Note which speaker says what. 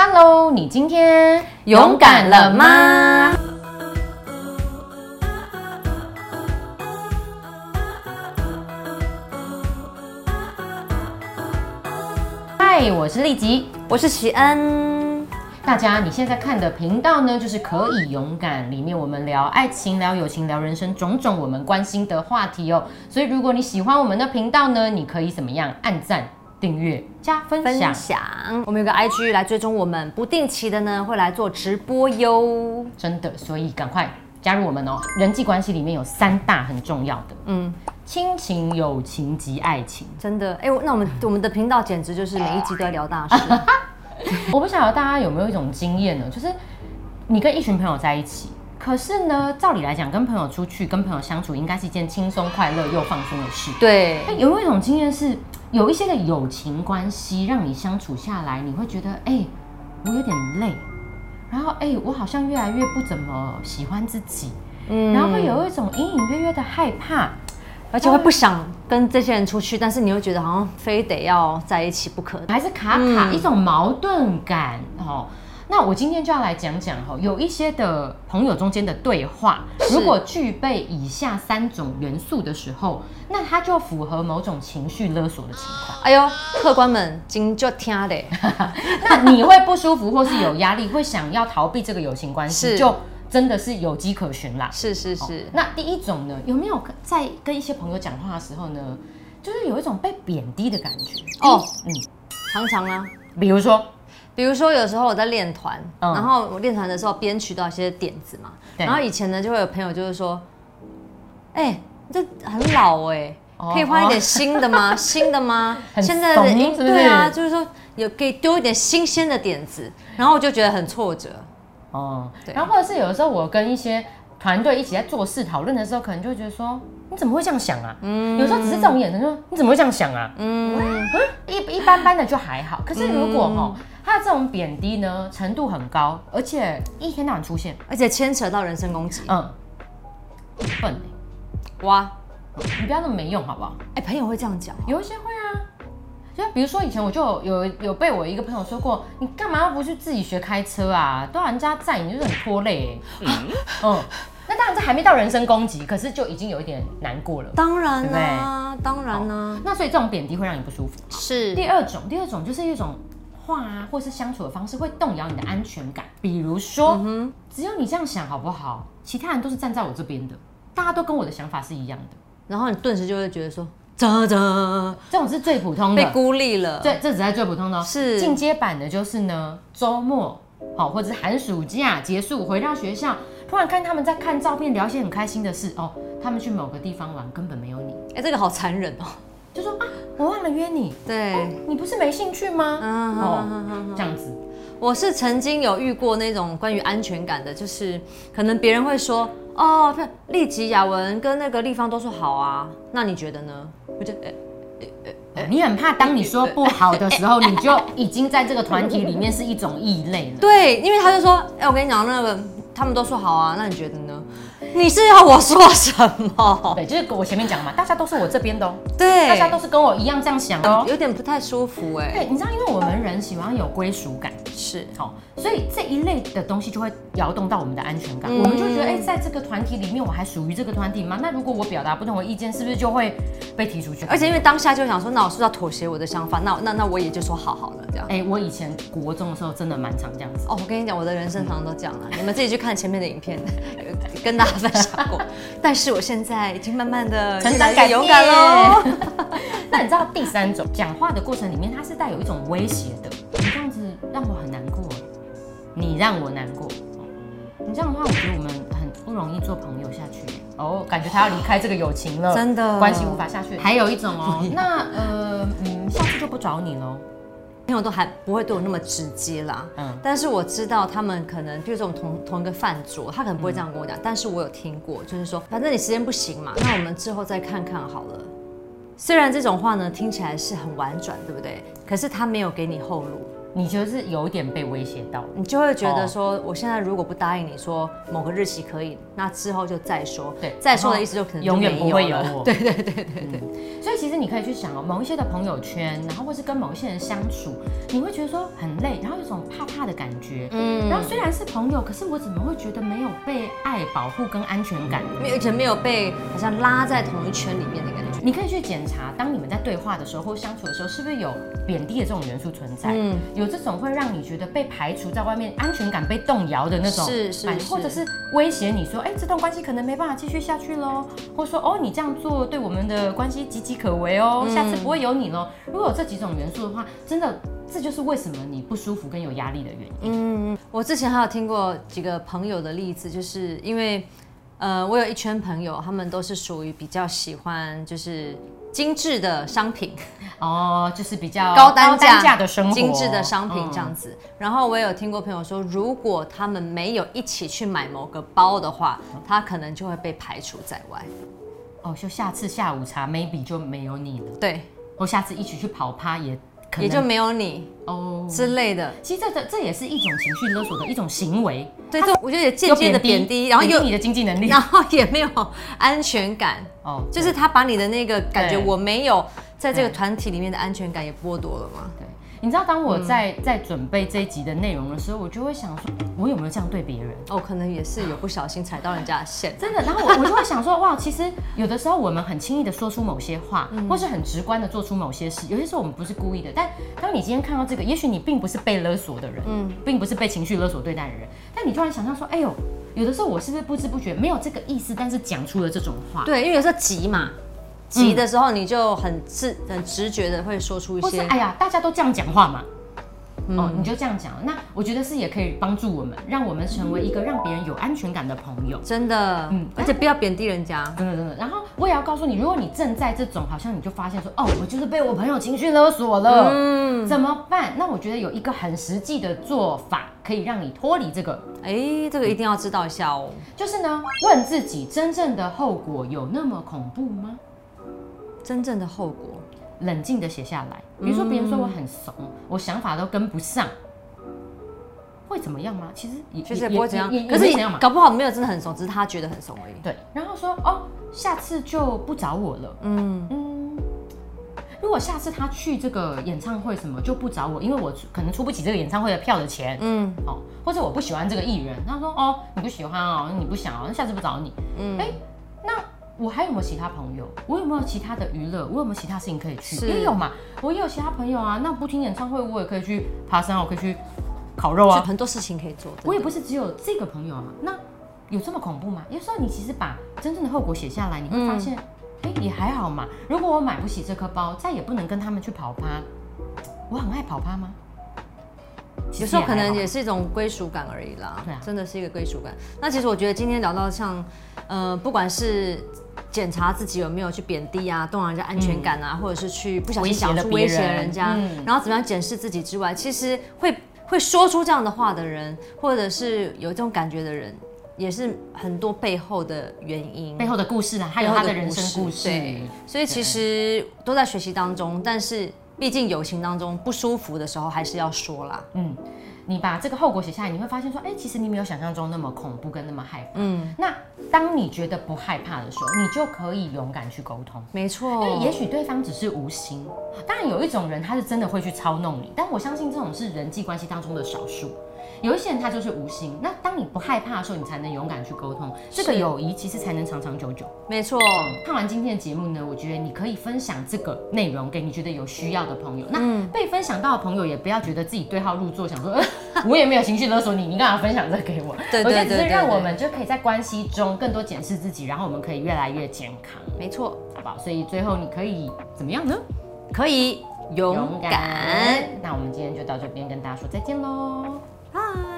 Speaker 1: Hello，你今天
Speaker 2: 勇敢了吗？
Speaker 1: 嗨，我是丽吉。
Speaker 2: 我是奇恩，
Speaker 1: 大家，你现在看的频道呢，就是可以勇敢，里面我们聊爱情、聊友情、聊人生种种我们关心的话题哦。所以，如果你喜欢我们的频道呢，你可以怎么样？按赞、订阅、加分
Speaker 2: 分
Speaker 1: 享。
Speaker 2: 享我们有个 IG 来追踪我们，不定期的呢会来做直播哟。
Speaker 1: 真的，所以赶快加入我们哦！人际关系里面有三大很重要的，
Speaker 2: 嗯，
Speaker 1: 亲情、友情及爱情。
Speaker 2: 真的，哎、我那我们我们的频道简直就是每一集都在聊 大事，
Speaker 1: 我不晓得大家有没有一种经验呢，就是你跟一群朋友在一起，可是呢，照理来讲，跟朋友出去、跟朋友相处，应该是一件轻松、快乐又放松的事。
Speaker 2: 对
Speaker 1: 哎，有没有一种经验是，有一些的友情关系，让你相处下来，你会觉得，哎、我有点累，然后，哎、我好像越来越不怎么喜欢自己，
Speaker 2: 嗯
Speaker 1: 然后会有一种隐隐约约的害怕。
Speaker 2: 而且会不想跟这些人出去，但是你又觉得好像非得要在一起不可。
Speaker 1: 还是卡卡、
Speaker 2: 嗯
Speaker 1: 一种矛盾感哦。那我今天就要来讲讲哦，有一些的朋友中间的对话，
Speaker 2: 是
Speaker 1: 如果具备以下三种元素的时候，那它就符合某种情绪勒索的情 况。
Speaker 2: 哎呦，客官们，今就听啊的，
Speaker 1: 那你会不舒服，或是有压力，会想要逃避这个友情关系，
Speaker 2: 是
Speaker 1: 就真的是有迹可循啦。
Speaker 2: 是是
Speaker 1: 哦
Speaker 2: 是，
Speaker 1: 那第一种呢，有没有在跟一些朋友讲话的时候呢，就是有一种被贬低的感觉？
Speaker 2: 哦，
Speaker 1: 嗯，
Speaker 2: 常常啊。
Speaker 1: 比如说，
Speaker 2: 比如说，有时候我在练团，
Speaker 1: 嗯
Speaker 2: 然后我练团的时候编曲到一些点子嘛，
Speaker 1: 对
Speaker 2: 然后以前呢就会有朋友就是说，哎、这很老哎、
Speaker 1: 哦
Speaker 2: 可以换一点新的吗？ 新的吗？
Speaker 1: 很
Speaker 2: 的
Speaker 1: 怂
Speaker 2: 音
Speaker 1: 是不是
Speaker 2: 对啊，就是说有可以丢一点新鲜的点子，然后我就觉得很挫折。
Speaker 1: 哦，
Speaker 2: 对
Speaker 1: 然后或者是有的时候我跟一些团队一起在做事讨论的时候，可能就会觉得说，你怎么会这样想啊？有时候只是这种眼神说，你怎么会这样想啊？
Speaker 2: 嗯，
Speaker 1: 嗯一一般般的就还好，可是如果哈、他的这种贬低呢程度很高，而且一天到晚出现，
Speaker 2: 而且牵扯到人身攻击，
Speaker 1: 嗯，笨欸、
Speaker 2: 哇，
Speaker 1: 你不要那么没用好不好？
Speaker 2: 哎、朋友会这样讲哦，
Speaker 1: 有一些会啊，就比如说以前我就有有有被我一个朋友说过，你干嘛不去自己学开车啊？都让人家载你，就是很拖累、欸。 嗯，那当然这还没到人身攻击，可是就已经有一点难过了。
Speaker 2: 当然啦、当然啊啦、
Speaker 1: 那所以这种贬低会让你不舒服。
Speaker 2: 是
Speaker 1: 第二种，第二种就是一种话啊，或是相处的方式会动摇你的安全感。比如说，
Speaker 2: 嗯
Speaker 1: 只有你这样想好不好？其他人都是站在我这边的，大家都跟我的想法是一样的。
Speaker 2: 然后你顿时就会觉得说，啧啧，
Speaker 1: 这种是最普通的，
Speaker 2: 被孤立了，
Speaker 1: 这这只是最普通的、哦，
Speaker 2: 是
Speaker 1: 进阶版的，就是呢，周末好、或者是寒暑假结束回到学校，突然看他们在看照片，聊一些很开心的事哦，他们去某个地方玩，根本没有你，
Speaker 2: 哎、这个好残忍哦。
Speaker 1: 就说啊，我忘了约你，哦
Speaker 2: 对，
Speaker 1: 你不是没兴趣吗？
Speaker 2: 嗯
Speaker 1: 哦，这样子，
Speaker 2: 我是曾经有遇过那种关于安全感的，就是可能别人会说，哦，不是，立即雅文跟那个立方都说好啊，那你觉得呢？我觉得，哎
Speaker 1: 哦你很怕当你说不好的时候，你就已经在这个团体里面是一种异类了。
Speaker 2: 对，因为他就说，哎、我跟你讲，那个他们都说好啊，那你觉得呢？你是要我说什么？
Speaker 1: 哦对，就是我前面讲嘛，大家都是我这边的哦，
Speaker 2: 对，
Speaker 1: 大家都是跟我一样这样想的哦。
Speaker 2: 啊有点不太舒服哎、
Speaker 1: 对，你知道，因为我们人喜欢有归属感，
Speaker 2: 是，
Speaker 1: 好，所以这一类的东西就会摇动到我们的安全感，
Speaker 2: 嗯
Speaker 1: 我们就会觉得，哎、在这个团体里面，我还属于这个团体吗？那如果我表达不同的意见，是不是就会被踢出去？
Speaker 2: 而且，因为当下就想说，那我是不是要妥协我的想法？那那那我也就说好好了这样。
Speaker 1: 哎、我以前国中的时候真的蛮常这样子。
Speaker 2: 哦，我跟你讲，我的人生常常都这样了，你们自己去看前面的影片，有跟大家分享过。但是我现在已经慢慢的
Speaker 1: 成长感
Speaker 2: 勇敢喽。
Speaker 1: 那你知道第三种讲话的过程里面，它是带有一种威胁的，你这样子让我很难过，你让我难过，哦你这样的话，我觉得我们很不容易做朋友下去。哦，感觉他要离开这个友情了，
Speaker 2: 真的
Speaker 1: 关系无法下去。还有一种 哦，那呃嗯，下次就不找你喽。
Speaker 2: 朋友都还不会对我那么直接啦，
Speaker 1: 嗯
Speaker 2: 嗯，但是我知道他们可能，譬如说我们同同一个饭桌，他可能不会这样跟我讲，
Speaker 1: 嗯
Speaker 2: 但是我有听过，就是说，反正你时间不行嘛，那我们之后再看看好了。虽然这种话呢听起来是很婉转，对不对？可是他没有给你后路，
Speaker 1: 你就是有一点被威胁到了。
Speaker 2: 你就会
Speaker 1: 哦
Speaker 2: 觉得说，我现在如果不答应你说某个日期可以，那之后就再说。
Speaker 1: 对
Speaker 2: 再说的意思就可能就
Speaker 1: 永远
Speaker 2: 没
Speaker 1: 不会
Speaker 2: 了
Speaker 1: 有 我嗯
Speaker 2: 对对对对对，
Speaker 1: 所以其实你可以去想哦，某一些的朋友圈，然后或是跟某一些人相处，你会觉得说很累，然后有种怕怕的感觉。
Speaker 2: 嗯，
Speaker 1: 然后虽然是朋友，可是我怎么会觉得没有被爱保护跟安全感呢？
Speaker 2: 因为而且没有被好像拉在同一圈里面的感觉。
Speaker 1: 你可以去检查，当你们在对话的时候或相处的时候，是不是有贬低的这种元素存在？
Speaker 2: 嗯
Speaker 1: 有这种会让你觉得被排除在外面，安全感被动摇的那种
Speaker 2: 是是
Speaker 1: 感
Speaker 2: 是
Speaker 1: 或者是威胁你说，哎、这段关系可能没办法继续下去喽，或说，哦，你这样做对我们的关系岌岌可危哦，
Speaker 2: 嗯
Speaker 1: 下次不会有你喽。如果有这几种元素的话，真的这就是为什么你不舒服跟有压力的原因。
Speaker 2: 我之前还有听过几个朋友的例子，就是因为，呃，我有一圈朋友，他们都是属于比较喜欢就是精致的商品，
Speaker 1: 哦，就是比较
Speaker 2: 嗯高单价
Speaker 1: 的生活，
Speaker 2: 精致的商品
Speaker 1: 嗯
Speaker 2: 这样子。然后我也有听过朋友说，如果他们没有一起去买某个包的话，
Speaker 1: 嗯
Speaker 2: 他可能就会被排除在外。
Speaker 1: 哦，就下次下午茶 maybe 就没有你了。
Speaker 2: 对，
Speaker 1: 我下次一起去跑趴也可能
Speaker 2: 也就没有你
Speaker 1: 哦。
Speaker 2: 之类的。
Speaker 1: 其实这这这也是一种情绪勒索的一种行为，
Speaker 2: 对，这我觉得也间接的贬低，然后
Speaker 1: 又
Speaker 2: 又
Speaker 1: 你的经济能力
Speaker 2: 然后也没有安全感。
Speaker 1: 哦，就
Speaker 2: 就是他把你的那个感觉，
Speaker 1: 对
Speaker 2: 我没有在这个
Speaker 1: 对
Speaker 2: 团体里面的安全感也剥夺了嘛。
Speaker 1: 对。你知道，当我在、在准备这一集的内容的时候，我就会想说，我有没有这样对别人？
Speaker 2: 哦，可能也是有不小心踩到人家的线。
Speaker 1: 真的，然后我我就会想说，哇，其实有的时候我们很轻易的说出某些话，或是很直观的做出某些事，有些时候我们不是故意的。但当你今天看到这个，也许你并不是被勒索的人，嗯，并不是被情绪勒索对待的人，但你突然想象说，哎呦，有的时候我是不是不知不觉没有这个意思，但是讲出了这种话，
Speaker 2: 对，因为有时候急嘛，急的时候你就很自很直觉的会说出一
Speaker 1: 嗯或是
Speaker 2: 些嗯
Speaker 1: 哎呀，大家都这样讲话嘛，哦，你就这样讲。那我觉得是也可以帮助我们，让我们成为一个让别人有安全感的朋友。
Speaker 2: 真的，
Speaker 1: 嗯
Speaker 2: 而且不要贬低人家。
Speaker 1: 真的真的，然后我也要告诉你，如果你正在这种，好像你就发现说，哦，我就是被我朋友情绪勒索了，嗯，怎么办？那我觉得有一个很实际的做法，可以让你脱离这个，
Speaker 2: 哎、这个一定要知道一下哦。
Speaker 1: 就是呢，问自己，真正的后果有那么恐怖吗？
Speaker 2: 真正的后果，
Speaker 1: 冷静的写下来。比如说别人说我很怂，
Speaker 2: 嗯
Speaker 1: 我想法都跟不上，会怎么样吗？其实也
Speaker 2: 其实也不会怎样
Speaker 1: 也也。也
Speaker 2: 可是
Speaker 1: 没怎样嘛。
Speaker 2: 搞不好没有真的很怂，只是他觉得很怂而已。
Speaker 1: 对，然后说哦，下次就不找我了。
Speaker 2: 嗯，
Speaker 1: 嗯，如果下次他去这个演唱会什么就不找我，因为我可能出不起这个演唱会的票的钱。
Speaker 2: 嗯
Speaker 1: 哦，或者我不喜欢这个艺人，他说哦你不喜欢哦，你不想哦，那下次不找你。
Speaker 2: 嗯，
Speaker 1: 哎、那我还有没有其他朋友？我有没有其他的娱乐？我有没有其他事情可以去？
Speaker 2: 是
Speaker 1: 也有嘛，我也有其他朋友啊。那不听演唱会，我也可以去爬山，我可以去烤肉
Speaker 2: 就
Speaker 1: 啊。
Speaker 2: 很多事情可以做。真的
Speaker 1: 我也不是只有这个朋友啊。那有这么恐怖吗？有时候你其实把真正的后果写下来，你会发现，
Speaker 2: 嗯
Speaker 1: 哎、也还好嘛。如果我买不起这颗包，再也不能跟他们去跑趴，我很爱跑趴吗？其实
Speaker 2: 有时候可
Speaker 1: 还
Speaker 2: 能
Speaker 1: 好
Speaker 2: 也是一种归属感而已啦，
Speaker 1: 对啊
Speaker 2: 真的是一个归属感。那其实我觉得今天聊到像，呃，不管是检查自己有没有去贬低啊、动摇人家安全感啊，或者是去不小心讲出
Speaker 1: 威
Speaker 2: 威
Speaker 1: 胁
Speaker 2: 胁
Speaker 1: 了别人
Speaker 2: 人家，
Speaker 1: 嗯
Speaker 2: 然后怎么样检视自己之外，其实会会说出这样的话的人，或者是有这种感觉的人，也是很多背后的原因。
Speaker 1: 背后的故事啊，还有他的人生故事。
Speaker 2: 对，所以其实都在学习当中，但是毕竟友情当中不舒服的时候还是要说啦。
Speaker 1: 嗯，你把这个后果写下来，你会发现说，哎、其实你没有想象中那么恐怖跟那么害怕。嗯，那当你觉得不害怕的时候，你就可以勇敢去沟通。
Speaker 2: 没错，
Speaker 1: 因为也许对方只是无心，当然有一种人他是真的会去操弄你，但我相信这种是人际关系当中的少数。有一些人他就是无心，那当你不害怕的时候，你才能勇敢去沟通，这个
Speaker 2: 是
Speaker 1: 友谊其实才能长长久久。
Speaker 2: 没错，
Speaker 1: 看完今天的节目呢，我觉得你可以分享这个内容给你觉得有需要的朋友。那
Speaker 2: 嗯
Speaker 1: 被分享到的朋友也不要觉得自己对号入座，想说，呃、 我也没有情绪勒索你，你干嘛分享这个给我？
Speaker 2: 对对
Speaker 1: 我觉得只
Speaker 2: 对
Speaker 1: 是
Speaker 2: 对
Speaker 1: 让
Speaker 2: 对
Speaker 1: 我们就可以在关系中更多检视自己，然后我们可以越来越健康，
Speaker 2: 没错，
Speaker 1: 好不好？所以最后你可以怎么样呢？
Speaker 2: 可以勇敢。
Speaker 1: 那我们今天就到这边跟大家说再见喽。
Speaker 2: 嗨。